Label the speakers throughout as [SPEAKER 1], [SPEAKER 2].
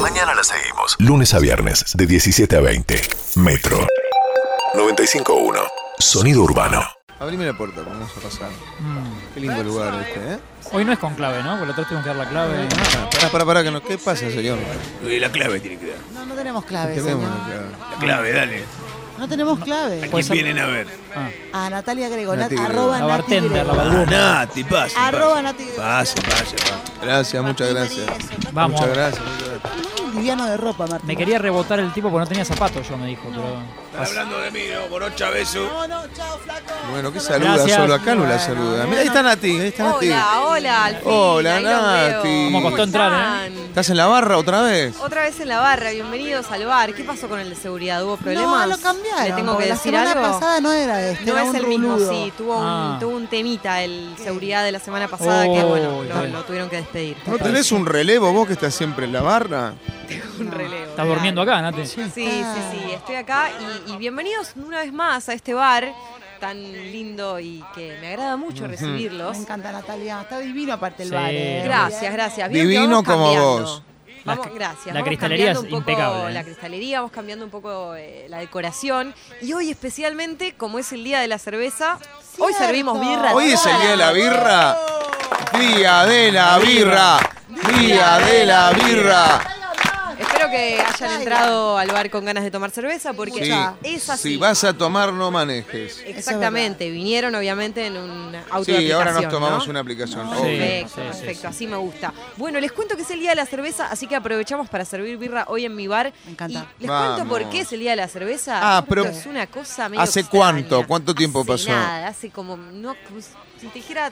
[SPEAKER 1] Mañana la seguimos. Lunes a viernes, de 17 a 20. Metro. 95.1. Sonido urbano.
[SPEAKER 2] Abrime la puerta, vamos a pasar.
[SPEAKER 3] Mm.
[SPEAKER 2] Qué lindo lugar este, ¿eh?
[SPEAKER 3] Hoy no es con clave, ¿no? Porque lo otro tengo que dar la clave.
[SPEAKER 2] Ah, pará, pará, pará, que no. ¿Qué pasa, señor?
[SPEAKER 4] Eh, La clave tiene que dar.
[SPEAKER 5] No, no tenemos clave,
[SPEAKER 2] Tenemos
[SPEAKER 5] señor.
[SPEAKER 2] acá.
[SPEAKER 4] La clave, dale.
[SPEAKER 5] No tenemos clave.
[SPEAKER 4] ¿Quién vienen a ver?
[SPEAKER 3] Ah,
[SPEAKER 5] A Natalia Grego,
[SPEAKER 2] Nati
[SPEAKER 5] Nat-
[SPEAKER 2] Grego.
[SPEAKER 5] arroba
[SPEAKER 3] la
[SPEAKER 5] Nati
[SPEAKER 3] bartender, la
[SPEAKER 5] Grego.
[SPEAKER 4] Ah,
[SPEAKER 3] barbuda.
[SPEAKER 4] Nati, pase.
[SPEAKER 5] Arroba
[SPEAKER 4] pase.
[SPEAKER 5] Nati Grego.
[SPEAKER 4] Pase, pase, pase.
[SPEAKER 2] Gracias, muchas gracias.
[SPEAKER 3] Vamos.
[SPEAKER 2] Muchas gracias, muchas gracias.
[SPEAKER 5] Liviano de ropa, Martín.
[SPEAKER 3] Me quería rebotar el tipo porque no tenía zapatos, yo me dijo, pero.
[SPEAKER 4] Está hablando de mí, ¿no? Morocha, beso.
[SPEAKER 5] No, no, chao, flaco.
[SPEAKER 2] Bueno, qué saluda,
[SPEAKER 3] Gracias.
[SPEAKER 2] solo acá no la saluda. Mira, ahí está Nati, ahí está Nati.
[SPEAKER 6] Hola, hola, al fin,
[SPEAKER 2] Hola,
[SPEAKER 6] ahí los veo.
[SPEAKER 2] Nati.
[SPEAKER 3] Como costó entrar,
[SPEAKER 6] están?
[SPEAKER 2] ¿Estás en la barra otra vez?
[SPEAKER 6] Otra vez en la barra, bienvenidos al bar. ¿Qué pasó con el de seguridad? ¿Hubo problemas?
[SPEAKER 5] No, lo cambiaron.
[SPEAKER 6] ¿Le tengo que
[SPEAKER 5] la
[SPEAKER 6] decir
[SPEAKER 5] semana
[SPEAKER 6] algo?
[SPEAKER 5] pasada no era este,
[SPEAKER 6] no
[SPEAKER 5] era
[SPEAKER 6] es
[SPEAKER 5] un
[SPEAKER 6] el mismo,
[SPEAKER 5] ruludo.
[SPEAKER 6] sí. Tuvo,
[SPEAKER 3] Ah.
[SPEAKER 6] un, tuvo un temita el seguridad de la semana pasada
[SPEAKER 3] Oh,
[SPEAKER 6] que, bueno,
[SPEAKER 3] está
[SPEAKER 6] lo,
[SPEAKER 3] bien.
[SPEAKER 6] lo tuvieron que despedir.
[SPEAKER 2] ¿No tenés un relevo vos que estás siempre en la barra?
[SPEAKER 6] Un relevo.
[SPEAKER 3] Estás durmiendo acá, Nate.
[SPEAKER 6] Sí, sí, sí. Estoy acá y, y bienvenidos una vez más a este bar tan lindo y que me agrada mucho recibirlos.
[SPEAKER 5] Me encanta Natalia, está divino aparte el
[SPEAKER 3] Sí.
[SPEAKER 5] bar. ¿eh?
[SPEAKER 6] Gracias, gracias. Vieron que
[SPEAKER 2] Divino
[SPEAKER 6] vamos
[SPEAKER 2] como
[SPEAKER 6] cambiando.
[SPEAKER 2] vos.
[SPEAKER 6] Vamos,
[SPEAKER 3] La-
[SPEAKER 6] gracias.
[SPEAKER 3] la
[SPEAKER 6] Vamos
[SPEAKER 3] cristalería
[SPEAKER 6] cambiando
[SPEAKER 3] es
[SPEAKER 6] un poco
[SPEAKER 3] impecable, ¿eh?
[SPEAKER 6] La cristalería, vamos cambiando un poco eh, la decoración. Y hoy especialmente, como es el Día de la Cerveza, hoy
[SPEAKER 5] Cierto.
[SPEAKER 6] servimos birra.
[SPEAKER 2] Hoy es el día de la birra. Día de la birra. Día de la birra.
[SPEAKER 6] Espero que hayan entrado al bar con ganas de tomar cerveza porque
[SPEAKER 2] Sí.
[SPEAKER 6] es así.
[SPEAKER 2] Si vas a tomar, no manejes.
[SPEAKER 6] Exactamente, vinieron obviamente en un auto de
[SPEAKER 2] Sí, ahora nos
[SPEAKER 6] aplicación,
[SPEAKER 2] tomamos
[SPEAKER 6] ¿no?
[SPEAKER 2] una aplicación.
[SPEAKER 3] No.
[SPEAKER 2] obvio.
[SPEAKER 3] Sí.
[SPEAKER 6] Perfecto, perfecto, así me gusta. Bueno, les cuento que es el día de la cerveza, así que aprovechamos para servir birra hoy en mi bar.
[SPEAKER 5] Me encanta.
[SPEAKER 6] Y les
[SPEAKER 2] Vamos.
[SPEAKER 6] cuento por qué es el día de la cerveza.
[SPEAKER 2] Ah,
[SPEAKER 6] Yo creo
[SPEAKER 2] pero-
[SPEAKER 6] que es una cosa medio
[SPEAKER 2] ¿Hace
[SPEAKER 6] extraña.
[SPEAKER 2] cuánto? ¿Cuánto tiempo
[SPEAKER 6] Hace
[SPEAKER 2] pasó?
[SPEAKER 6] Nada, hace como no como si te dijera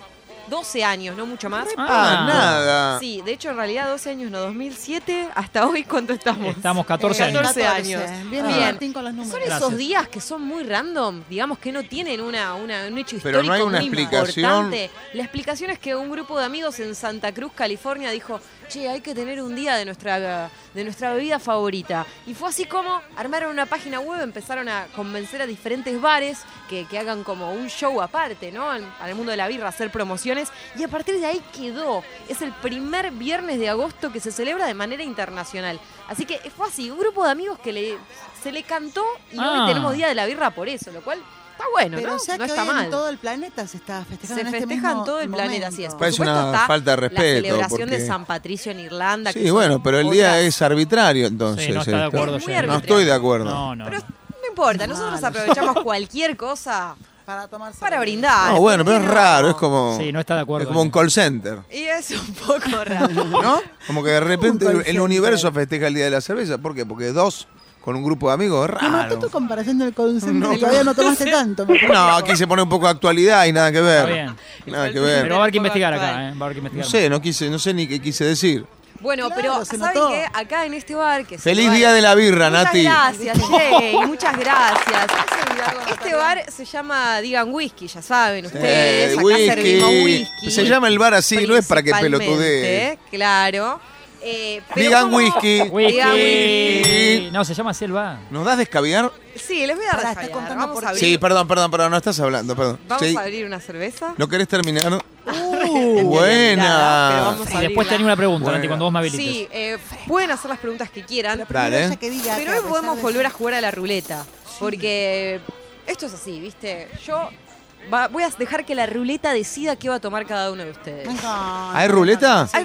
[SPEAKER 6] 12 años, no mucho más.
[SPEAKER 2] Ah, nada.
[SPEAKER 6] Sí, de hecho en realidad 12 años, no 2007 hasta hoy cuánto estamos?
[SPEAKER 3] Estamos 14 años.
[SPEAKER 6] 14 años.
[SPEAKER 5] Bien,
[SPEAKER 6] Bien.
[SPEAKER 5] Martín con los números.
[SPEAKER 6] Son
[SPEAKER 3] Gracias.
[SPEAKER 6] esos días que son muy random, digamos que no tienen una, una- un hecho histórico
[SPEAKER 2] Pero no hay una
[SPEAKER 6] muy
[SPEAKER 2] explicación.
[SPEAKER 6] importante. La explicación es que un grupo de amigos en Santa Cruz, California, dijo, che, hay que tener un día de nuestra, de nuestra bebida favorita. Y fue así como armaron una página web, empezaron a convencer a diferentes bares que, que hagan como un show aparte, ¿no? Al, al mundo de la birra, hacer promociones. Y a partir de ahí quedó. Es el primer viernes de agosto que se celebra de manera internacional. Así que fue así, un grupo de amigos que le, se le cantó y
[SPEAKER 3] Ah.
[SPEAKER 6] hoy tenemos Día de la Birra por eso, lo cual está bueno,
[SPEAKER 5] Pero
[SPEAKER 6] ¿no?
[SPEAKER 5] o sea
[SPEAKER 6] no
[SPEAKER 5] que
[SPEAKER 6] está
[SPEAKER 5] hoy
[SPEAKER 6] mal.
[SPEAKER 5] en todo el planeta se está festejando
[SPEAKER 6] Se
[SPEAKER 5] en este
[SPEAKER 6] festeja en
[SPEAKER 5] mismo
[SPEAKER 6] todo el planeta, así es.
[SPEAKER 5] momento.
[SPEAKER 2] Parece
[SPEAKER 6] supuesto,
[SPEAKER 2] una
[SPEAKER 6] está
[SPEAKER 2] falta de
[SPEAKER 6] La
[SPEAKER 2] respeto.
[SPEAKER 6] celebración
[SPEAKER 2] porque-
[SPEAKER 6] de San Patricio en Irlanda. que
[SPEAKER 2] Sí,
[SPEAKER 6] son
[SPEAKER 2] bueno, pero el día
[SPEAKER 6] otras-
[SPEAKER 2] es arbitrario, entonces.
[SPEAKER 3] Sí, no está de
[SPEAKER 2] esto.
[SPEAKER 3] acuerdo
[SPEAKER 6] Es muy
[SPEAKER 3] yo.
[SPEAKER 2] No
[SPEAKER 6] arbitrario.
[SPEAKER 2] estoy de acuerdo.
[SPEAKER 3] No, no.
[SPEAKER 6] Pero
[SPEAKER 3] no.
[SPEAKER 6] no importa, nosotros
[SPEAKER 5] Malo.
[SPEAKER 6] aprovechamos cualquier cosa
[SPEAKER 5] Para tomar
[SPEAKER 6] para
[SPEAKER 5] cerveza.
[SPEAKER 6] brindar.
[SPEAKER 2] No, Ah, bueno,
[SPEAKER 6] ¿por
[SPEAKER 2] pero
[SPEAKER 6] qué
[SPEAKER 2] es
[SPEAKER 6] no?
[SPEAKER 2] raro, es como,
[SPEAKER 3] Sí, no está de acuerdo.
[SPEAKER 2] es como un call center,
[SPEAKER 6] Y es un poco raro.
[SPEAKER 2] ¿no? Como que de repente
[SPEAKER 5] Un call
[SPEAKER 2] el
[SPEAKER 5] center.
[SPEAKER 2] universo festeja el día de la cerveza. ¿Por qué? Porque dos con un grupo de amigos es
[SPEAKER 5] Me mató
[SPEAKER 2] raro.
[SPEAKER 5] tu comparación del concepto. Todavía no tomaste tanto. me parece.
[SPEAKER 2] No, aquí se pone un poco de actualidad y nada que ver.
[SPEAKER 3] Está bien.
[SPEAKER 2] Nada que
[SPEAKER 3] Pero va
[SPEAKER 2] ver.
[SPEAKER 3] a haber que
[SPEAKER 6] Un poco
[SPEAKER 3] investigar
[SPEAKER 6] actual.
[SPEAKER 3] acá, ¿eh? Va a haber que
[SPEAKER 2] No
[SPEAKER 3] investigar.
[SPEAKER 2] sé, no quise, no sé ni qué quise decir.
[SPEAKER 6] Bueno,
[SPEAKER 5] Claro,
[SPEAKER 6] pero
[SPEAKER 5] se
[SPEAKER 6] ¿saben
[SPEAKER 5] notó.
[SPEAKER 6] qué? Acá en este bar que es el
[SPEAKER 2] Feliz
[SPEAKER 6] bar-
[SPEAKER 2] día de la birra,
[SPEAKER 6] Muchas
[SPEAKER 2] Nati.
[SPEAKER 6] gracias, Jay, muchas gracias. Este bar se llama Digan Whisky, ya saben ustedes.
[SPEAKER 2] Eh,
[SPEAKER 6] Acá servimos whisky.
[SPEAKER 2] Se llama el bar así, no es para que pelotudee.
[SPEAKER 6] Principalmente, Claro. Eh, pero
[SPEAKER 2] Digan
[SPEAKER 6] como-
[SPEAKER 2] whisky.
[SPEAKER 6] Digan
[SPEAKER 3] Wiki.
[SPEAKER 2] whisky.
[SPEAKER 3] No, se llama Selva.
[SPEAKER 2] ¿Nos das descaviar?
[SPEAKER 6] Sí, les voy a dar
[SPEAKER 5] Pará,
[SPEAKER 6] a
[SPEAKER 5] está
[SPEAKER 6] descaviar.
[SPEAKER 5] contando
[SPEAKER 6] Vamos
[SPEAKER 5] por
[SPEAKER 6] a abrir,
[SPEAKER 2] Sí, perdón, perdón, perdón, no estás hablando, perdón.
[SPEAKER 6] vamos
[SPEAKER 2] Sí.
[SPEAKER 6] a abrir una cerveza.
[SPEAKER 2] ¿No querés terminar? Uh,
[SPEAKER 6] Pero
[SPEAKER 2] buena.
[SPEAKER 6] vamos a
[SPEAKER 3] Y después
[SPEAKER 6] abrirla.
[SPEAKER 3] tenía una pregunta,
[SPEAKER 2] Bueno.
[SPEAKER 3] Nati, cuando vos me habilites.
[SPEAKER 6] Sí, eh, pueden hacer las preguntas que quieran.
[SPEAKER 5] Primero
[SPEAKER 2] Dale.
[SPEAKER 5] ya pues, que diga
[SPEAKER 6] Pero
[SPEAKER 5] que
[SPEAKER 6] hoy
[SPEAKER 5] pesar
[SPEAKER 6] podemos
[SPEAKER 5] de-
[SPEAKER 6] volver a jugar a la ruleta. Porque esto es así, ¿viste? Yo va- voy a dejar que la ruleta decida qué va a tomar cada uno de ustedes.
[SPEAKER 5] Venga.
[SPEAKER 2] ¿Hay ruleta?
[SPEAKER 6] Hay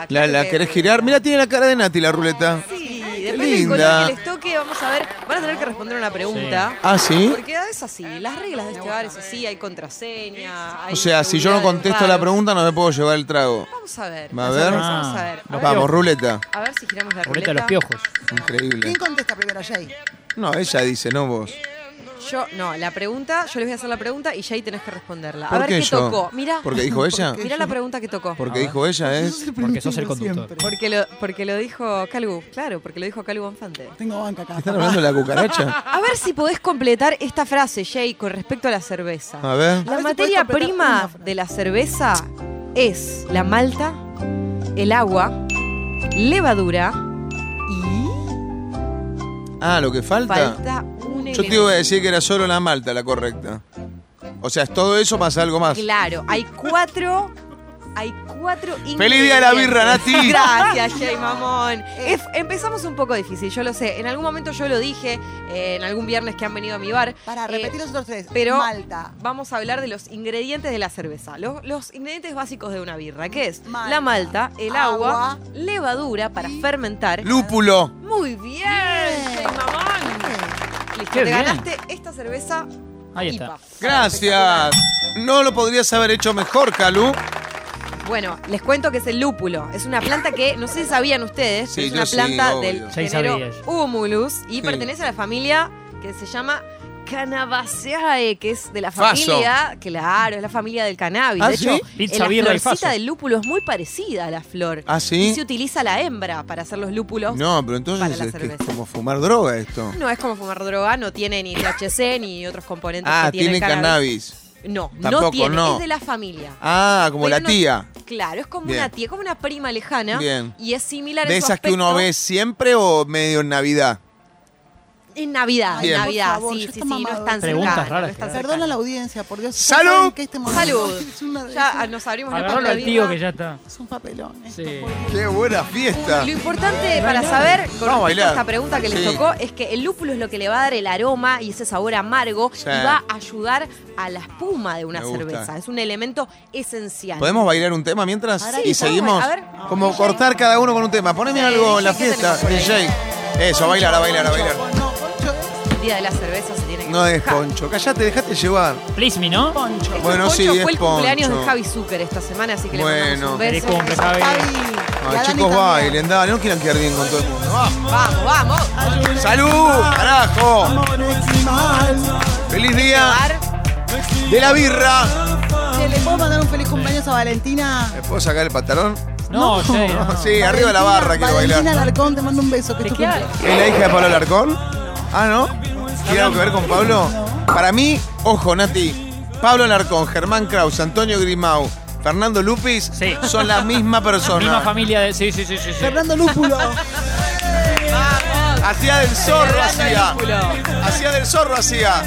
[SPEAKER 2] Ah. ¿La,
[SPEAKER 6] claro
[SPEAKER 2] la
[SPEAKER 6] que
[SPEAKER 2] querés
[SPEAKER 6] hay
[SPEAKER 2] girar?
[SPEAKER 6] ruleta.
[SPEAKER 2] Mira, tiene la cara de Nati la ruleta.
[SPEAKER 6] Sí,
[SPEAKER 2] Qué
[SPEAKER 6] depende del
[SPEAKER 2] linda.
[SPEAKER 6] color que les toque, vamos a ver. Van a tener que responder una pregunta.
[SPEAKER 2] Ah, ¿sí?
[SPEAKER 6] Porque es así, las reglas de este bar es así, hay contraseña. hay
[SPEAKER 2] O sea, si yo no
[SPEAKER 6] seguridad,
[SPEAKER 2] contesto
[SPEAKER 6] raro.
[SPEAKER 2] la pregunta, no me puedo llevar el trago.
[SPEAKER 6] Vamos a ver.
[SPEAKER 2] Va a ver.
[SPEAKER 6] Vamos a ver.
[SPEAKER 3] Ah.
[SPEAKER 2] Vamos, ruleta.
[SPEAKER 6] A ver si giramos la
[SPEAKER 3] Ruleta
[SPEAKER 6] ruleta.
[SPEAKER 3] de los piojos.
[SPEAKER 2] Increíble.
[SPEAKER 5] ¿Quién contesta primero, Jay?
[SPEAKER 2] No, ella dice, no vos.
[SPEAKER 6] Yo, no, la pregunta, yo les voy a hacer la pregunta y Jay tenés que responderla. A
[SPEAKER 2] ¿Por
[SPEAKER 6] ver
[SPEAKER 2] qué
[SPEAKER 6] qué,
[SPEAKER 2] yo?
[SPEAKER 6] tocó. Mirá.
[SPEAKER 2] ¿Porque dijo ella?
[SPEAKER 6] Mirá la pregunta que tocó.
[SPEAKER 2] Porque dijo ella ¿eh? es...
[SPEAKER 3] Porque sos el conductor.
[SPEAKER 6] Porque lo, porque lo dijo Calvo, claro, porque lo dijo Calvo Infante.
[SPEAKER 5] Tengo banca acá.
[SPEAKER 2] ¿Están hablando de la cucaracha?
[SPEAKER 6] A ver si podés completar esta frase, Jay, con respecto a la cerveza.
[SPEAKER 2] A ver.
[SPEAKER 5] A
[SPEAKER 6] La
[SPEAKER 5] ver si
[SPEAKER 6] materia
[SPEAKER 5] podés completar una
[SPEAKER 6] prima
[SPEAKER 5] frase.
[SPEAKER 6] de la cerveza es la malta, el agua, levadura y
[SPEAKER 2] Ah, lo que falta.
[SPEAKER 6] falta un
[SPEAKER 2] Yo te iba a
[SPEAKER 6] elemento.
[SPEAKER 2] decir que era solo la malta la correcta. O sea, es todo eso más algo más.
[SPEAKER 6] Claro, hay cuatro hay cuatro ingredientes.
[SPEAKER 2] ¡Feliz día de la birra, Nati!
[SPEAKER 6] Gracias, Jay Mamón.
[SPEAKER 5] Eh.
[SPEAKER 6] Es- empezamos un poco difícil, yo lo sé. En algún momento yo lo dije, eh, en algún viernes que han venido a mi bar.
[SPEAKER 5] Para
[SPEAKER 6] Eh,
[SPEAKER 5] repetir los otros tres.
[SPEAKER 6] pero-
[SPEAKER 5] Malta.
[SPEAKER 6] Vamos a hablar de los ingredientes de la cerveza. Los, los ingredientes básicos de una birra, que es
[SPEAKER 5] Malta,
[SPEAKER 6] la malta, el agua,
[SPEAKER 5] agua,
[SPEAKER 6] levadura para fermentar.
[SPEAKER 2] Lúpulo.
[SPEAKER 6] Muy bien, Jay Mamón.
[SPEAKER 5] Eh,
[SPEAKER 6] Listo,
[SPEAKER 3] Qué
[SPEAKER 6] te
[SPEAKER 3] bien.
[SPEAKER 6] ganaste esta cerveza.
[SPEAKER 3] Ahí está.
[SPEAKER 6] IPA.
[SPEAKER 2] Gracias. No lo podrías haber hecho mejor, Calu.
[SPEAKER 6] Bueno, les cuento que es el lúpulo. Es una planta que, no sé si sabían ustedes,
[SPEAKER 2] Sí,
[SPEAKER 6] es
[SPEAKER 2] yo
[SPEAKER 6] una
[SPEAKER 2] sí,
[SPEAKER 6] planta
[SPEAKER 2] obvio.
[SPEAKER 6] del
[SPEAKER 3] Sí,
[SPEAKER 6] género
[SPEAKER 3] sabía yo.
[SPEAKER 6] Humulus y
[SPEAKER 2] Sí.
[SPEAKER 6] pertenece a la familia que se llama Cannabaceae, que es de la
[SPEAKER 2] Faso.
[SPEAKER 6] familia, claro, es la familia del cannabis.
[SPEAKER 2] ¿Ah,
[SPEAKER 6] de hecho,
[SPEAKER 2] sí?
[SPEAKER 3] Pizza,
[SPEAKER 6] eh, la
[SPEAKER 3] birra y
[SPEAKER 6] florcita
[SPEAKER 3] faso.
[SPEAKER 6] del lúpulo es muy parecida a la flor.
[SPEAKER 2] ¿Ah,
[SPEAKER 6] Y
[SPEAKER 2] sí?
[SPEAKER 6] se utiliza la hembra para hacer los lúpulos.
[SPEAKER 2] No, pero entonces
[SPEAKER 6] Para la
[SPEAKER 2] es, que es
[SPEAKER 6] cerveza.
[SPEAKER 2] como fumar droga esto.
[SPEAKER 6] No es como fumar droga, no tiene ni THC ni otros componentes
[SPEAKER 2] Ah,
[SPEAKER 6] que tiene
[SPEAKER 2] tiene
[SPEAKER 6] el cannabis.
[SPEAKER 2] cannabis.
[SPEAKER 6] No, no
[SPEAKER 2] Tampoco,
[SPEAKER 6] tiene,
[SPEAKER 2] no.
[SPEAKER 6] es de la familia.
[SPEAKER 2] Ah, como
[SPEAKER 6] Pero
[SPEAKER 2] la
[SPEAKER 6] no-
[SPEAKER 2] tía.
[SPEAKER 6] Claro, es como
[SPEAKER 2] Bien.
[SPEAKER 6] una tía, como una prima lejana.
[SPEAKER 2] Bien.
[SPEAKER 6] Y es similar
[SPEAKER 2] ¿De
[SPEAKER 6] en su
[SPEAKER 2] esas que uno ve
[SPEAKER 6] aspecto.
[SPEAKER 2] siempre o medio en Navidad?
[SPEAKER 6] En Navidad, en
[SPEAKER 5] Ay,
[SPEAKER 2] Bien.
[SPEAKER 6] Navidad,
[SPEAKER 5] por favor,
[SPEAKER 6] sí,
[SPEAKER 5] yo
[SPEAKER 6] sí,
[SPEAKER 5] estoy
[SPEAKER 6] sí, no
[SPEAKER 5] mamado.
[SPEAKER 6] están
[SPEAKER 3] Preguntas
[SPEAKER 6] cercanas.
[SPEAKER 3] raras
[SPEAKER 6] no están
[SPEAKER 3] que dan.
[SPEAKER 5] Perdona la audiencia, por Dios. ya
[SPEAKER 2] ¡Salud!
[SPEAKER 5] saben que este momento
[SPEAKER 6] Salud.
[SPEAKER 5] Es, una-
[SPEAKER 6] cercanas.
[SPEAKER 5] es
[SPEAKER 6] Ya
[SPEAKER 5] un-
[SPEAKER 6] ah, nos abrimos la
[SPEAKER 3] Agarralo
[SPEAKER 6] puerta
[SPEAKER 3] al tío
[SPEAKER 6] viva.
[SPEAKER 3] que ya está.
[SPEAKER 5] es un papelón. esto,
[SPEAKER 3] Sí.
[SPEAKER 5] por Dios.
[SPEAKER 2] ¡Qué buena fiesta!
[SPEAKER 6] Lo importante para saber con
[SPEAKER 2] Vamos a
[SPEAKER 6] respecto a
[SPEAKER 2] bailar.
[SPEAKER 6] esta pregunta que les
[SPEAKER 2] Sí.
[SPEAKER 6] tocó es que el lúpulo es lo que le va a dar el aroma y ese sabor amargo
[SPEAKER 2] Sí.
[SPEAKER 6] y va a ayudar a la espuma de una
[SPEAKER 2] Me gusta.
[SPEAKER 6] cerveza. Es un elemento esencial.
[SPEAKER 2] ¿Podemos bailar un tema mientras?
[SPEAKER 6] Ahora
[SPEAKER 2] y
[SPEAKER 6] sí,
[SPEAKER 2] seguimos.
[SPEAKER 6] vamos, a ver.
[SPEAKER 2] Como cortar cada uno con un tema. Poneme algo en la
[SPEAKER 6] DJ, ¿qué
[SPEAKER 2] fiesta,
[SPEAKER 6] tenemos por
[SPEAKER 2] DJ. Eso, a bailar, a bailar, a bailar.
[SPEAKER 5] No, Poncho es
[SPEAKER 6] El día de la cerveza se tiene que
[SPEAKER 2] No es
[SPEAKER 6] festejar.
[SPEAKER 2] poncho. Callate, dejate llevar.
[SPEAKER 3] Please me, ¿no?
[SPEAKER 5] Poncho.
[SPEAKER 6] Este
[SPEAKER 2] Bueno, sí,
[SPEAKER 6] poncho
[SPEAKER 2] es
[SPEAKER 6] fue el cumpleaños de
[SPEAKER 2] poncho.
[SPEAKER 6] Javi Zucker esta semana, así que le mandamos
[SPEAKER 2] Bueno.
[SPEAKER 6] un
[SPEAKER 3] Feliz
[SPEAKER 6] beso.
[SPEAKER 3] cumple, Javi.
[SPEAKER 5] Ay,
[SPEAKER 2] No,
[SPEAKER 5] y a Dani
[SPEAKER 2] Ah, chicos,
[SPEAKER 5] también.
[SPEAKER 2] bailen, dale. No quieran quedar bien con todo el mundo. Vamos.
[SPEAKER 6] Vamos, vamos.
[SPEAKER 2] ¡Salud! ¡Carajo! ¡Feliz día
[SPEAKER 6] Bar.
[SPEAKER 2] de la birra!
[SPEAKER 5] Che, ¿Le puedo mandar un feliz cumpleaños a Valentina?
[SPEAKER 2] ¿Me puedo sacar el pantalón?
[SPEAKER 3] No, sí, no.
[SPEAKER 2] Sí, arriba de la barra quiero
[SPEAKER 5] Valentina
[SPEAKER 2] bailar.
[SPEAKER 5] Alarcón, te mando un beso. Que
[SPEAKER 3] ¿De
[SPEAKER 5] es tu
[SPEAKER 3] qué
[SPEAKER 5] cumpleaños.
[SPEAKER 2] ¿Es la hija de Pablo Alarcón? Ah, ¿no? ¿Tiene algo que ver con Pablo? Para mí, ojo, Nati, Pablo Alarcón, Germán Kraus, Antonio Grimau, Fernando Lupis
[SPEAKER 3] Sí.
[SPEAKER 2] son la misma
[SPEAKER 3] Misma
[SPEAKER 2] persona.
[SPEAKER 3] familia de. Sí, sí, sí, sí. sí.
[SPEAKER 5] Fernando Lúpulo.
[SPEAKER 2] Hacía del zorro, hacía. Hacía del zorro, hacía.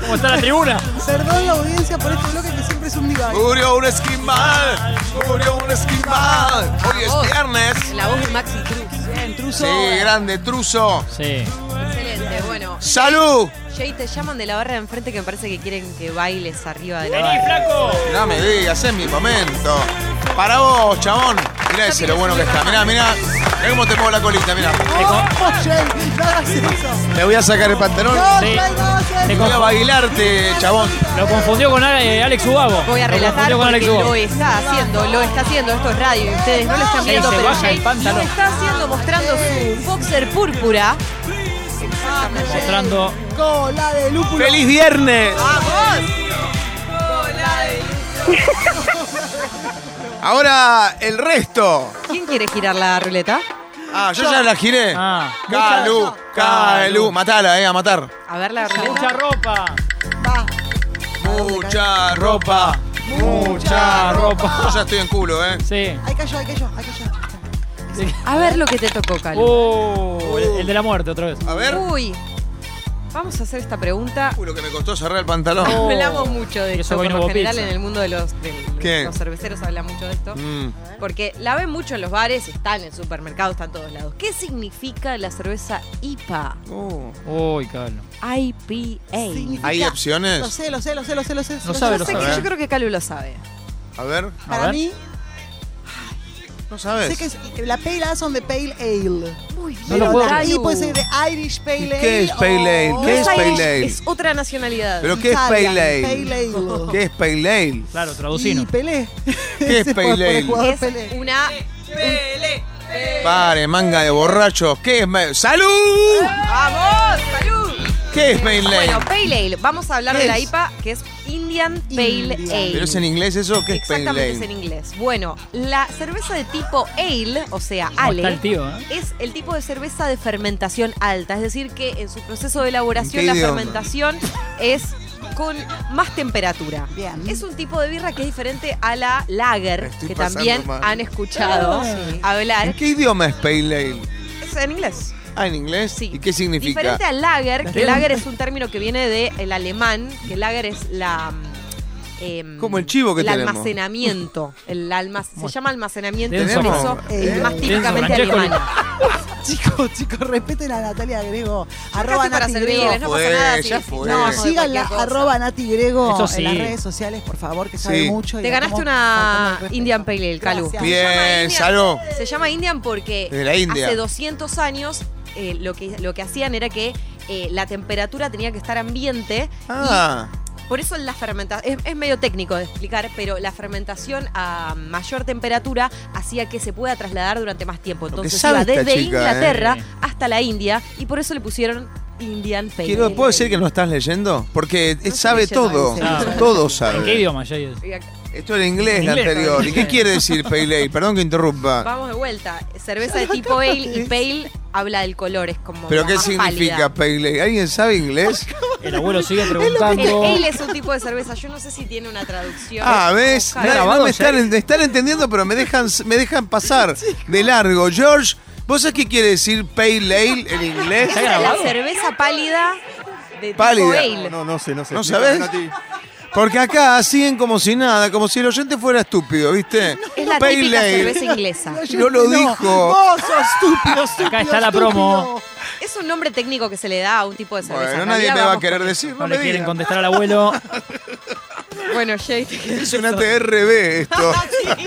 [SPEAKER 3] ¿Cómo está la tribuna?
[SPEAKER 5] Perdón la audiencia por este bloque que siempre es un diván.
[SPEAKER 2] Murió un esquimal, murió un esquimal. Hoy es viernes.
[SPEAKER 6] En la voz de Maxi Cruz. ¿eh? Bien, Truso.
[SPEAKER 2] Sí, grande, truso.
[SPEAKER 3] Sí.
[SPEAKER 6] Excelente, bueno.
[SPEAKER 2] ¡Salud!
[SPEAKER 6] Jay, te llaman de la barra de enfrente que me parece que quieren que bailes arriba de la
[SPEAKER 3] ¡Vení,
[SPEAKER 6] barra.
[SPEAKER 3] flaco!
[SPEAKER 2] No me digas, es mi momento. Para vos, chabón. Mirá ese lo bueno que está. Mirá, mirá. Mirá cómo te muevo la colita, mirá.
[SPEAKER 5] ¡Oh, Jay! ¡No hagas eso!
[SPEAKER 2] Me voy a sacar el pantalón.
[SPEAKER 5] ¡No,
[SPEAKER 3] Sí.
[SPEAKER 5] Jay, no hagas
[SPEAKER 3] Te
[SPEAKER 5] eso!
[SPEAKER 2] Voy a
[SPEAKER 3] conf-
[SPEAKER 2] bailarte, chabón.
[SPEAKER 3] Lo confundió con Ale- Alex Ubabo.
[SPEAKER 6] Voy a
[SPEAKER 3] Lo
[SPEAKER 6] relatar
[SPEAKER 3] confundió con
[SPEAKER 6] porque
[SPEAKER 3] Alex Ubabo.
[SPEAKER 6] lo está haciendo, lo está haciendo. Esto es radio y ustedes no lo están
[SPEAKER 3] Sí,
[SPEAKER 6] viendo,
[SPEAKER 3] se
[SPEAKER 6] pero
[SPEAKER 3] baja
[SPEAKER 6] Jay
[SPEAKER 3] el pantalón.
[SPEAKER 6] lo está haciendo mostrando su boxer púrpura. eh,
[SPEAKER 3] Mostrando.
[SPEAKER 5] ¡Cola de Lúpulo!
[SPEAKER 2] ¡Feliz viernes! Ahora el resto.
[SPEAKER 6] ¿Quién quiere girar la ruleta?
[SPEAKER 2] Ah, yo ya la giré.
[SPEAKER 3] Ah.
[SPEAKER 2] Calu, Calu. Matala, eh, a matar.
[SPEAKER 6] A ver la ruleta.
[SPEAKER 3] Mucha ropa.
[SPEAKER 5] Va.
[SPEAKER 2] Mucha ropa. Mucha
[SPEAKER 3] ropa.
[SPEAKER 2] Yo ya estoy en culo, eh.
[SPEAKER 3] Sí.
[SPEAKER 5] Ahí cayó, ahí cayó, ahí cayó.
[SPEAKER 6] A ver lo que te tocó, Calo.
[SPEAKER 3] Oh, el, el de la muerte otra vez.
[SPEAKER 2] A ver.
[SPEAKER 6] Uy. Vamos a hacer esta pregunta.
[SPEAKER 2] Uy, lo que me costó cerrar el pantalón.
[SPEAKER 3] Oh.
[SPEAKER 6] Hablamos mucho de
[SPEAKER 3] Eso
[SPEAKER 6] esto.
[SPEAKER 3] hoy
[SPEAKER 6] Por
[SPEAKER 3] no
[SPEAKER 6] lo
[SPEAKER 3] hubo
[SPEAKER 6] general,
[SPEAKER 3] pizza.
[SPEAKER 6] en el mundo de los, de
[SPEAKER 2] ¿Qué?
[SPEAKER 6] los cerveceros habla mucho de esto.
[SPEAKER 2] Mm.
[SPEAKER 6] Porque la ven mucho en los bares, está en el supermercado, está en todos lados. ¿Qué significa la cerveza IPA?
[SPEAKER 2] Uh.
[SPEAKER 3] Uy, cabrón.
[SPEAKER 6] IPA.
[SPEAKER 5] Significa-
[SPEAKER 2] ¿Hay
[SPEAKER 5] Lo
[SPEAKER 2] opciones?
[SPEAKER 5] sé, lo sé, lo sé, lo sé, lo sé. lo sé,
[SPEAKER 3] sabe,
[SPEAKER 5] lo
[SPEAKER 3] lo
[SPEAKER 5] sé.
[SPEAKER 6] Sé que
[SPEAKER 2] A ver.
[SPEAKER 6] yo creo que Calu lo sabe.
[SPEAKER 2] A ver.
[SPEAKER 3] A
[SPEAKER 5] Para
[SPEAKER 3] ver.
[SPEAKER 5] mí,
[SPEAKER 2] No
[SPEAKER 5] sé
[SPEAKER 2] sabes.
[SPEAKER 5] que es- la pale ale son de pale ale.
[SPEAKER 6] Muy bien.
[SPEAKER 3] No lo puedo
[SPEAKER 5] Ahí
[SPEAKER 6] Calu.
[SPEAKER 5] puede ser de Irish Pale Ale.
[SPEAKER 2] ¿Qué es
[SPEAKER 5] o-
[SPEAKER 2] Pale Ale?
[SPEAKER 6] No
[SPEAKER 2] ¿Qué es
[SPEAKER 6] Irish,
[SPEAKER 2] Pale Ale?
[SPEAKER 6] Es otra nacionalidad.
[SPEAKER 2] ¿Pero qué es Pale
[SPEAKER 5] Italian,
[SPEAKER 2] Ale?
[SPEAKER 5] Pale Ale.
[SPEAKER 2] ¿Qué es Pale Ale?
[SPEAKER 3] Claro,
[SPEAKER 5] Y
[SPEAKER 3] traducino.
[SPEAKER 5] Pelé.
[SPEAKER 2] ¿Qué es
[SPEAKER 5] Ese fue
[SPEAKER 2] Pale
[SPEAKER 5] por el
[SPEAKER 2] Ale?
[SPEAKER 5] jugador
[SPEAKER 6] es
[SPEAKER 5] Pelé.
[SPEAKER 6] una.
[SPEAKER 2] Pare, manga de borrachos. ¿Qué es ma- ¡Salud!
[SPEAKER 6] ¡Vamos! ¡Salud!
[SPEAKER 2] ¿Qué es Pale Ale?
[SPEAKER 6] Bueno, Pale Ale. Vamos a hablar
[SPEAKER 2] ¿Qué
[SPEAKER 6] de la
[SPEAKER 2] es?
[SPEAKER 6] IPA, que es Indian Pale
[SPEAKER 5] Indian.
[SPEAKER 6] Ale.
[SPEAKER 2] ¿Pero es en inglés eso? ¿Qué es Pale
[SPEAKER 6] Exactamente, es en
[SPEAKER 2] Ale?
[SPEAKER 6] inglés. Bueno, la cerveza de tipo ale, o sea,
[SPEAKER 3] ¿Cómo
[SPEAKER 6] ale,
[SPEAKER 3] está el tío, eh?
[SPEAKER 6] es el tipo de cerveza de fermentación alta, es decir, que en su proceso de elaboración
[SPEAKER 2] ¿En
[SPEAKER 6] la
[SPEAKER 2] qué idioma?
[SPEAKER 6] fermentación es con más temperatura.
[SPEAKER 5] Bien.
[SPEAKER 6] Es un tipo de birra que es diferente a la lager,
[SPEAKER 2] Estoy
[SPEAKER 6] que
[SPEAKER 2] pasando
[SPEAKER 6] también
[SPEAKER 2] mal.
[SPEAKER 6] han escuchado hablar.
[SPEAKER 2] ¿En qué idioma es Pale Ale?
[SPEAKER 6] Es en inglés.
[SPEAKER 2] Ah, en inglés.
[SPEAKER 6] Sí.
[SPEAKER 2] ¿Y qué significa?
[SPEAKER 6] Diferente al lager, que
[SPEAKER 3] Bien.
[SPEAKER 6] lager es un término que viene del alemán, que lager es la, em,
[SPEAKER 2] Como el chivo que
[SPEAKER 6] el
[SPEAKER 2] tenemos.
[SPEAKER 6] almacenamiento. El alma- se llama almacenamiento
[SPEAKER 3] Denso.
[SPEAKER 6] intenso,
[SPEAKER 5] Tenemos.
[SPEAKER 6] eh, más
[SPEAKER 5] Denso,
[SPEAKER 6] típicamente
[SPEAKER 3] Francesco.
[SPEAKER 6] alemana.
[SPEAKER 5] Chicos, chicos, respeten a Natalia Grego. Arroba
[SPEAKER 6] Casi para
[SPEAKER 5] Nati Grego.
[SPEAKER 6] servirles, no pasa
[SPEAKER 2] Fue,
[SPEAKER 6] nada.
[SPEAKER 2] ya
[SPEAKER 6] si- si-
[SPEAKER 2] fue.
[SPEAKER 5] No,
[SPEAKER 6] no,
[SPEAKER 5] síganla,
[SPEAKER 6] cualquier cosa.
[SPEAKER 5] arroba Nati Grego
[SPEAKER 3] Eso sí.
[SPEAKER 5] en las redes sociales, por favor, que sabe
[SPEAKER 2] Sí.
[SPEAKER 5] mucho. y
[SPEAKER 6] Te
[SPEAKER 5] la
[SPEAKER 6] ganaste
[SPEAKER 5] cómo faltando al
[SPEAKER 6] una
[SPEAKER 5] respeto.
[SPEAKER 6] Indian Pale Ale, Calu.
[SPEAKER 5] Gracias.
[SPEAKER 2] Bien,
[SPEAKER 6] Se llama Indian-
[SPEAKER 2] Salud.
[SPEAKER 6] Se llama Indian porque
[SPEAKER 2] De la India.
[SPEAKER 6] hace 200 años eh, lo, que, lo que hacían era que eh, la temperatura tenía que estar ambiente.
[SPEAKER 2] Ah,
[SPEAKER 6] Por eso la fermentación, es, es medio técnico de explicar, pero la fermentación a mayor temperatura hacía que se pueda trasladar durante más tiempo.
[SPEAKER 2] Lo que
[SPEAKER 6] Entonces
[SPEAKER 2] sabe
[SPEAKER 6] iba
[SPEAKER 2] esta
[SPEAKER 6] desde
[SPEAKER 2] chica,
[SPEAKER 6] Inglaterra
[SPEAKER 3] ¿eh?
[SPEAKER 6] hasta la India y por eso le pusieron Indian Pale
[SPEAKER 2] quiero,
[SPEAKER 6] Ale.
[SPEAKER 2] ¿puedo decir que no estás leyendo? Porque eh,
[SPEAKER 6] estoy
[SPEAKER 2] sabe
[SPEAKER 6] leyendo,
[SPEAKER 2] todo.
[SPEAKER 5] dice.
[SPEAKER 2] Todo
[SPEAKER 3] Ah. ¿En qué
[SPEAKER 2] sabe.
[SPEAKER 3] idioma, Jay? es?
[SPEAKER 2] Esto era inglés,
[SPEAKER 3] En
[SPEAKER 2] la
[SPEAKER 3] inglés,
[SPEAKER 2] anterior. ¿Y qué
[SPEAKER 3] claro.
[SPEAKER 2] quiere decir Pale Ale? Perdón que interrumpa.
[SPEAKER 6] Vamos de vuelta. Cerveza de tipo ale y pale habla del color, es como
[SPEAKER 2] ¿Pero
[SPEAKER 6] la
[SPEAKER 2] qué
[SPEAKER 6] más
[SPEAKER 2] significa
[SPEAKER 6] pálida.
[SPEAKER 2] Pale Ale? ¿Alguien sabe inglés?
[SPEAKER 3] El abuelo sigue
[SPEAKER 6] El
[SPEAKER 3] preguntando.
[SPEAKER 6] ale es un tipo de cerveza, yo no sé si tiene una traducción.
[SPEAKER 2] Ah, ¿ves?
[SPEAKER 6] Buscar.
[SPEAKER 2] Nadie-
[SPEAKER 3] grabado
[SPEAKER 2] no me
[SPEAKER 3] ya?
[SPEAKER 2] están, me están entendiendo, pero me dejan, me dejan pasar de largo. George, ¿vos sabés qué quiere decir Pale Ale en inglés?
[SPEAKER 6] Esa es la cerveza pálida de tipo
[SPEAKER 2] Pálida.
[SPEAKER 6] ale.
[SPEAKER 7] No, no sé, no sé.
[SPEAKER 2] ¿No sabés?
[SPEAKER 7] Nati.
[SPEAKER 2] Porque acá siguen como si nada, como si el oyente fuera estúpido, ¿viste?
[SPEAKER 6] Es la típica cerveza inglesa.
[SPEAKER 2] No lo dijo.
[SPEAKER 5] Vos sos estúpido, estúpido,
[SPEAKER 3] Acá está la
[SPEAKER 5] estúpido.
[SPEAKER 3] promo.
[SPEAKER 6] Es un nombre técnico que se le da a un tipo de cerveza.
[SPEAKER 2] Bueno,
[SPEAKER 6] En
[SPEAKER 2] nadie
[SPEAKER 6] realidad
[SPEAKER 2] me va a
[SPEAKER 6] vamos
[SPEAKER 2] querer
[SPEAKER 6] con-
[SPEAKER 2] decir, no,
[SPEAKER 3] No
[SPEAKER 2] me
[SPEAKER 3] le quieren
[SPEAKER 2] digan.
[SPEAKER 3] contestar al abuelo.
[SPEAKER 6] Bueno, Jay, te quedas-
[SPEAKER 2] Es una TRB esto.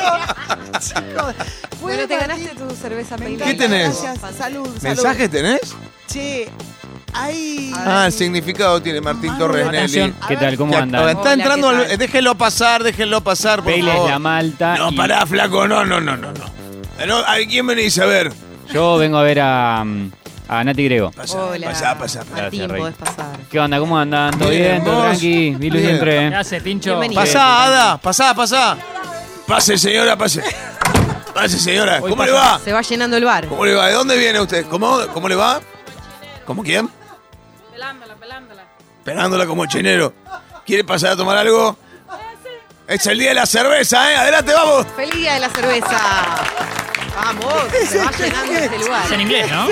[SPEAKER 5] Fue
[SPEAKER 6] bueno, te
[SPEAKER 5] para
[SPEAKER 6] ganaste
[SPEAKER 5] ti.
[SPEAKER 6] tu cerveza
[SPEAKER 5] Me
[SPEAKER 6] pale
[SPEAKER 5] encanta,
[SPEAKER 2] ¿Qué tenés?
[SPEAKER 5] Gracias, salud. salud.
[SPEAKER 2] ¿Mensajes tenés?
[SPEAKER 5] Che, hay.
[SPEAKER 2] Ah, el significado tiene Martín
[SPEAKER 5] Manu,
[SPEAKER 2] Torres Nelly.
[SPEAKER 8] Atención, ¿qué tal? ¿Cómo
[SPEAKER 2] Que acaba-
[SPEAKER 8] andan?
[SPEAKER 2] Está
[SPEAKER 6] Hola,
[SPEAKER 2] entrando,
[SPEAKER 6] ¿qué
[SPEAKER 2] al-
[SPEAKER 6] tal?
[SPEAKER 2] déjelo pasar, déjelo pasar, por
[SPEAKER 8] Pale es la
[SPEAKER 2] favor.
[SPEAKER 8] Malta.
[SPEAKER 4] No,
[SPEAKER 8] y
[SPEAKER 4] pará, flaco, no, no, no, no. no. No, ¿A quién venís a ver?
[SPEAKER 8] Yo vengo a ver a, mm, a Nati Grego.
[SPEAKER 4] Pasá,
[SPEAKER 6] Hola.
[SPEAKER 4] pasá, pasá. pasá.
[SPEAKER 6] Martín,
[SPEAKER 8] Gracias, Rey.
[SPEAKER 6] podés pasar.
[SPEAKER 8] ¿Qué onda? ¿Cómo andan? ¿Todo
[SPEAKER 2] Bien,
[SPEAKER 8] bien? ¿Todo
[SPEAKER 2] vos.
[SPEAKER 8] tranqui? Vi luz y
[SPEAKER 2] Bien.
[SPEAKER 8] entré.
[SPEAKER 3] ¿Qué hace, Pincho?
[SPEAKER 6] Bienvenido.
[SPEAKER 2] Pasá, Ada, pasá, pasá.
[SPEAKER 4] Pase, señora, pase. Pase, señora.
[SPEAKER 3] Hoy
[SPEAKER 4] ¿Cómo le
[SPEAKER 3] pasa.
[SPEAKER 4] va?
[SPEAKER 6] Se va llenando el bar.
[SPEAKER 4] ¿Cómo le va? ¿De dónde viene usted? ¿Cómo, cómo le va? ¿Cómo quién?
[SPEAKER 9] Pelándola, pelándola.
[SPEAKER 4] Penándola como chinero. ¿Quiere pasar a tomar algo? Es el día de la cerveza, ¿eh? Adelante, vamos.
[SPEAKER 6] ¡Feliz día de la cerveza! Vamos, se va llenando este
[SPEAKER 3] Es en
[SPEAKER 6] lugar.
[SPEAKER 3] inglés, ¿no?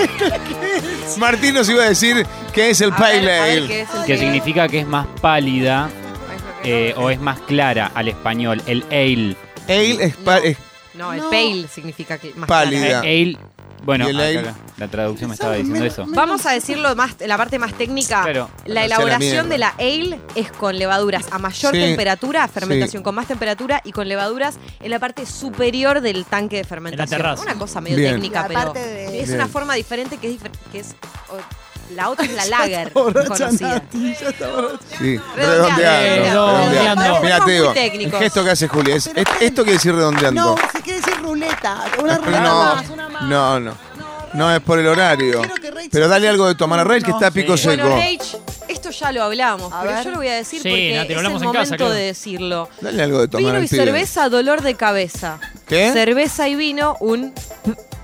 [SPEAKER 2] Martín nos iba a decir que es el
[SPEAKER 6] A ver,
[SPEAKER 2] Pale
[SPEAKER 6] a ver
[SPEAKER 2] Ale.
[SPEAKER 6] qué es el
[SPEAKER 8] Que
[SPEAKER 6] que-
[SPEAKER 8] significa que es más pálida
[SPEAKER 6] es lo que-
[SPEAKER 8] eh, o es más clara al español. El ale.
[SPEAKER 2] Ale es, pa-
[SPEAKER 6] No.
[SPEAKER 2] es-
[SPEAKER 6] No, el
[SPEAKER 5] No.
[SPEAKER 6] pale significa que más
[SPEAKER 2] Pálida.
[SPEAKER 6] clara.
[SPEAKER 8] Eh, ale. Bueno,
[SPEAKER 2] Y el
[SPEAKER 8] acá
[SPEAKER 2] ale.
[SPEAKER 8] la- la traducción me estaba diciendo eso.
[SPEAKER 6] Vamos a decirlo más, la parte más técnica.
[SPEAKER 8] Claro.
[SPEAKER 6] La
[SPEAKER 2] Hacia la
[SPEAKER 6] elaboración
[SPEAKER 2] mierda.
[SPEAKER 6] de la ale es con levaduras a mayor
[SPEAKER 2] Sí,
[SPEAKER 6] temperatura, fermentación con más temperatura y con levaduras en la parte superior del tanque de fermentación.
[SPEAKER 3] terraza.
[SPEAKER 6] Una cosa medio
[SPEAKER 2] Bien.
[SPEAKER 6] técnica,
[SPEAKER 5] La
[SPEAKER 6] pero
[SPEAKER 5] parte de-
[SPEAKER 6] es
[SPEAKER 2] Bien.
[SPEAKER 6] una forma diferente que es, difer- que es o- la otra es la lager
[SPEAKER 5] Borracha
[SPEAKER 6] conocida.
[SPEAKER 5] Nati, ya está borracha.
[SPEAKER 2] sí,
[SPEAKER 3] Redondeando.
[SPEAKER 2] redondeando. redondeando.
[SPEAKER 3] Redondeando.
[SPEAKER 2] Mirá, te digo,
[SPEAKER 6] Muy técnicos.
[SPEAKER 2] el gesto que hace Juli es, es- esto quiere decir redondeando.
[SPEAKER 5] No, se quiere decir ruleta. Una ruleta
[SPEAKER 2] No,
[SPEAKER 5] más, una más.
[SPEAKER 2] no, no. No, es por el horario.
[SPEAKER 5] Quiero que Rach-
[SPEAKER 2] Pero dale algo de tomar a Rey que está a pico
[SPEAKER 6] Bueno,
[SPEAKER 2] seco.
[SPEAKER 6] Rage, esto ya lo hablamos,
[SPEAKER 5] A
[SPEAKER 6] pero
[SPEAKER 5] ver.
[SPEAKER 6] yo lo voy a decir
[SPEAKER 3] Sí, Nati,
[SPEAKER 6] porque
[SPEAKER 3] lo
[SPEAKER 6] es el
[SPEAKER 3] hablamos
[SPEAKER 6] momento
[SPEAKER 3] en casa, claro.
[SPEAKER 6] de decirlo.
[SPEAKER 2] Dale algo de tomar
[SPEAKER 6] vino y
[SPEAKER 2] al pibe.
[SPEAKER 6] cerveza, dolor de cabeza.
[SPEAKER 2] ¿Qué?
[SPEAKER 6] Cerveza y vino, un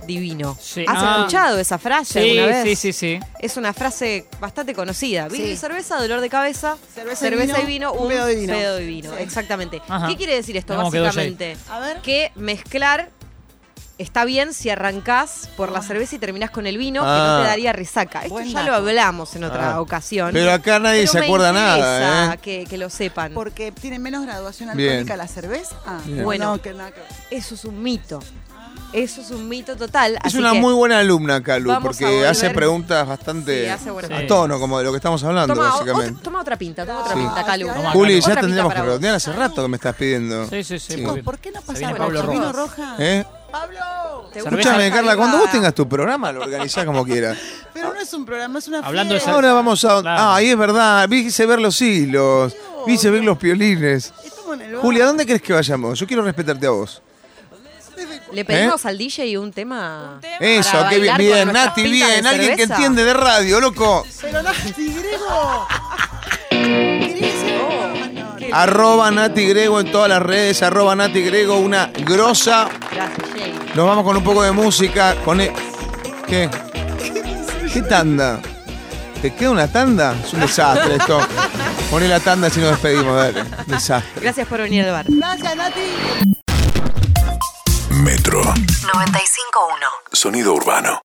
[SPEAKER 6] divino.
[SPEAKER 3] Sí.
[SPEAKER 6] ¿Has
[SPEAKER 3] Ah.
[SPEAKER 6] escuchado esa frase
[SPEAKER 3] Sí,
[SPEAKER 6] alguna vez?
[SPEAKER 3] sí, sí, sí.
[SPEAKER 6] Es una frase bastante conocida. Vino
[SPEAKER 5] Sí.
[SPEAKER 6] y cerveza, dolor de cabeza.
[SPEAKER 5] Cerveza y
[SPEAKER 6] y
[SPEAKER 5] vino,
[SPEAKER 6] vino,
[SPEAKER 5] un
[SPEAKER 6] un
[SPEAKER 5] pedo
[SPEAKER 6] pedo
[SPEAKER 5] de vino.
[SPEAKER 6] de vino.
[SPEAKER 5] Sí.
[SPEAKER 6] Exactamente.
[SPEAKER 3] Ajá.
[SPEAKER 6] ¿Qué quiere decir esto,
[SPEAKER 3] Vamos, quedó
[SPEAKER 6] básicamente?
[SPEAKER 5] A ver.
[SPEAKER 6] Que mezclar está bien si arrancás por la cerveza y terminás con el vino, que
[SPEAKER 2] Ah.
[SPEAKER 6] no te daría resaca. Esto
[SPEAKER 5] Ah. Buen
[SPEAKER 6] ya
[SPEAKER 5] dato.
[SPEAKER 6] lo hablamos en otra
[SPEAKER 2] Ah.
[SPEAKER 6] ocasión.
[SPEAKER 2] Pero acá nadie
[SPEAKER 6] Pero
[SPEAKER 2] se
[SPEAKER 6] me
[SPEAKER 2] acuerda nada,
[SPEAKER 6] interesa
[SPEAKER 2] ¿eh?
[SPEAKER 6] que, que lo sepan.
[SPEAKER 5] Porque tiene menos graduación
[SPEAKER 2] Bien.
[SPEAKER 5] alcohólica la cerveza. Ah,
[SPEAKER 2] Bien.
[SPEAKER 6] Bueno.
[SPEAKER 5] No, que nada que ver.
[SPEAKER 6] Eso es un mito. Eso es un mito total.
[SPEAKER 2] Es
[SPEAKER 6] así
[SPEAKER 2] una
[SPEAKER 6] que
[SPEAKER 2] muy buena alumna, Calu,
[SPEAKER 6] Vamos a
[SPEAKER 2] porque
[SPEAKER 6] volver.
[SPEAKER 2] hace preguntas bastante
[SPEAKER 6] Sí, hace buenas
[SPEAKER 2] a
[SPEAKER 3] preguntas.
[SPEAKER 2] tono, como de lo que estamos hablando,
[SPEAKER 6] Toma, o-
[SPEAKER 2] básicamente.
[SPEAKER 6] otra, toma otra pinta, toma otra
[SPEAKER 2] Sí.
[SPEAKER 6] pinta, Calu.
[SPEAKER 5] Toma,
[SPEAKER 2] Juli,
[SPEAKER 6] Otra
[SPEAKER 2] ya
[SPEAKER 6] pinta
[SPEAKER 2] tendríamos que
[SPEAKER 6] para vos.
[SPEAKER 2] redondear hace rato que me estás pidiendo.
[SPEAKER 3] Sí, sí, sí.
[SPEAKER 2] Sí.
[SPEAKER 3] muy bien.
[SPEAKER 5] ¿Por qué no
[SPEAKER 3] Se viene
[SPEAKER 5] pasamos
[SPEAKER 3] Pablo
[SPEAKER 5] por vino
[SPEAKER 3] Rojas.
[SPEAKER 5] roja?
[SPEAKER 2] ¿Eh?
[SPEAKER 5] Pablo.
[SPEAKER 6] ¿Te gusta
[SPEAKER 2] Escúchame,
[SPEAKER 6] esa
[SPEAKER 2] Carla,
[SPEAKER 6] piba?
[SPEAKER 2] cuando vos tengas tu programa, lo organizás como quieras.
[SPEAKER 5] Pero no es un programa, es una
[SPEAKER 3] Hablando de
[SPEAKER 5] fiesta.
[SPEAKER 2] Ahora vamos a.
[SPEAKER 3] Claro.
[SPEAKER 2] Ah, ahí es verdad. Vise ver los hilos. Vise ver los piolines.
[SPEAKER 5] Estamos en el bar.
[SPEAKER 2] Julia, ¿a dónde crees que vayamos? Yo quiero respetarte a vos. ¿eh?
[SPEAKER 6] Le pedimos al DJ un tema.
[SPEAKER 2] Eso,
[SPEAKER 6] para
[SPEAKER 2] qué bien.
[SPEAKER 6] bailar con
[SPEAKER 2] Bien,
[SPEAKER 6] nuestras
[SPEAKER 2] Nati,
[SPEAKER 6] pintas de
[SPEAKER 2] bien. Alguien que
[SPEAKER 6] cerveza.
[SPEAKER 2] entiende de radio, loco.
[SPEAKER 5] Pero Nati Grego. ¿Querés decir algo?
[SPEAKER 2] Oh.
[SPEAKER 5] No, no.
[SPEAKER 2] Arroba Nati Grego en todas las redes. Arroba Nati Grego, una grosa.
[SPEAKER 6] Gracias, Jay.
[SPEAKER 2] Nos vamos con un poco de música. Con e- ¿Qué? ¿Qué tanda? ¿Te queda una tanda? Es un desastre esto. Poné la tanda si nos despedimos, dale. Desastre.
[SPEAKER 6] Gracias por venir al bar.
[SPEAKER 5] Gracias, Nati.
[SPEAKER 1] Metro. 95.1. Sonido urbano.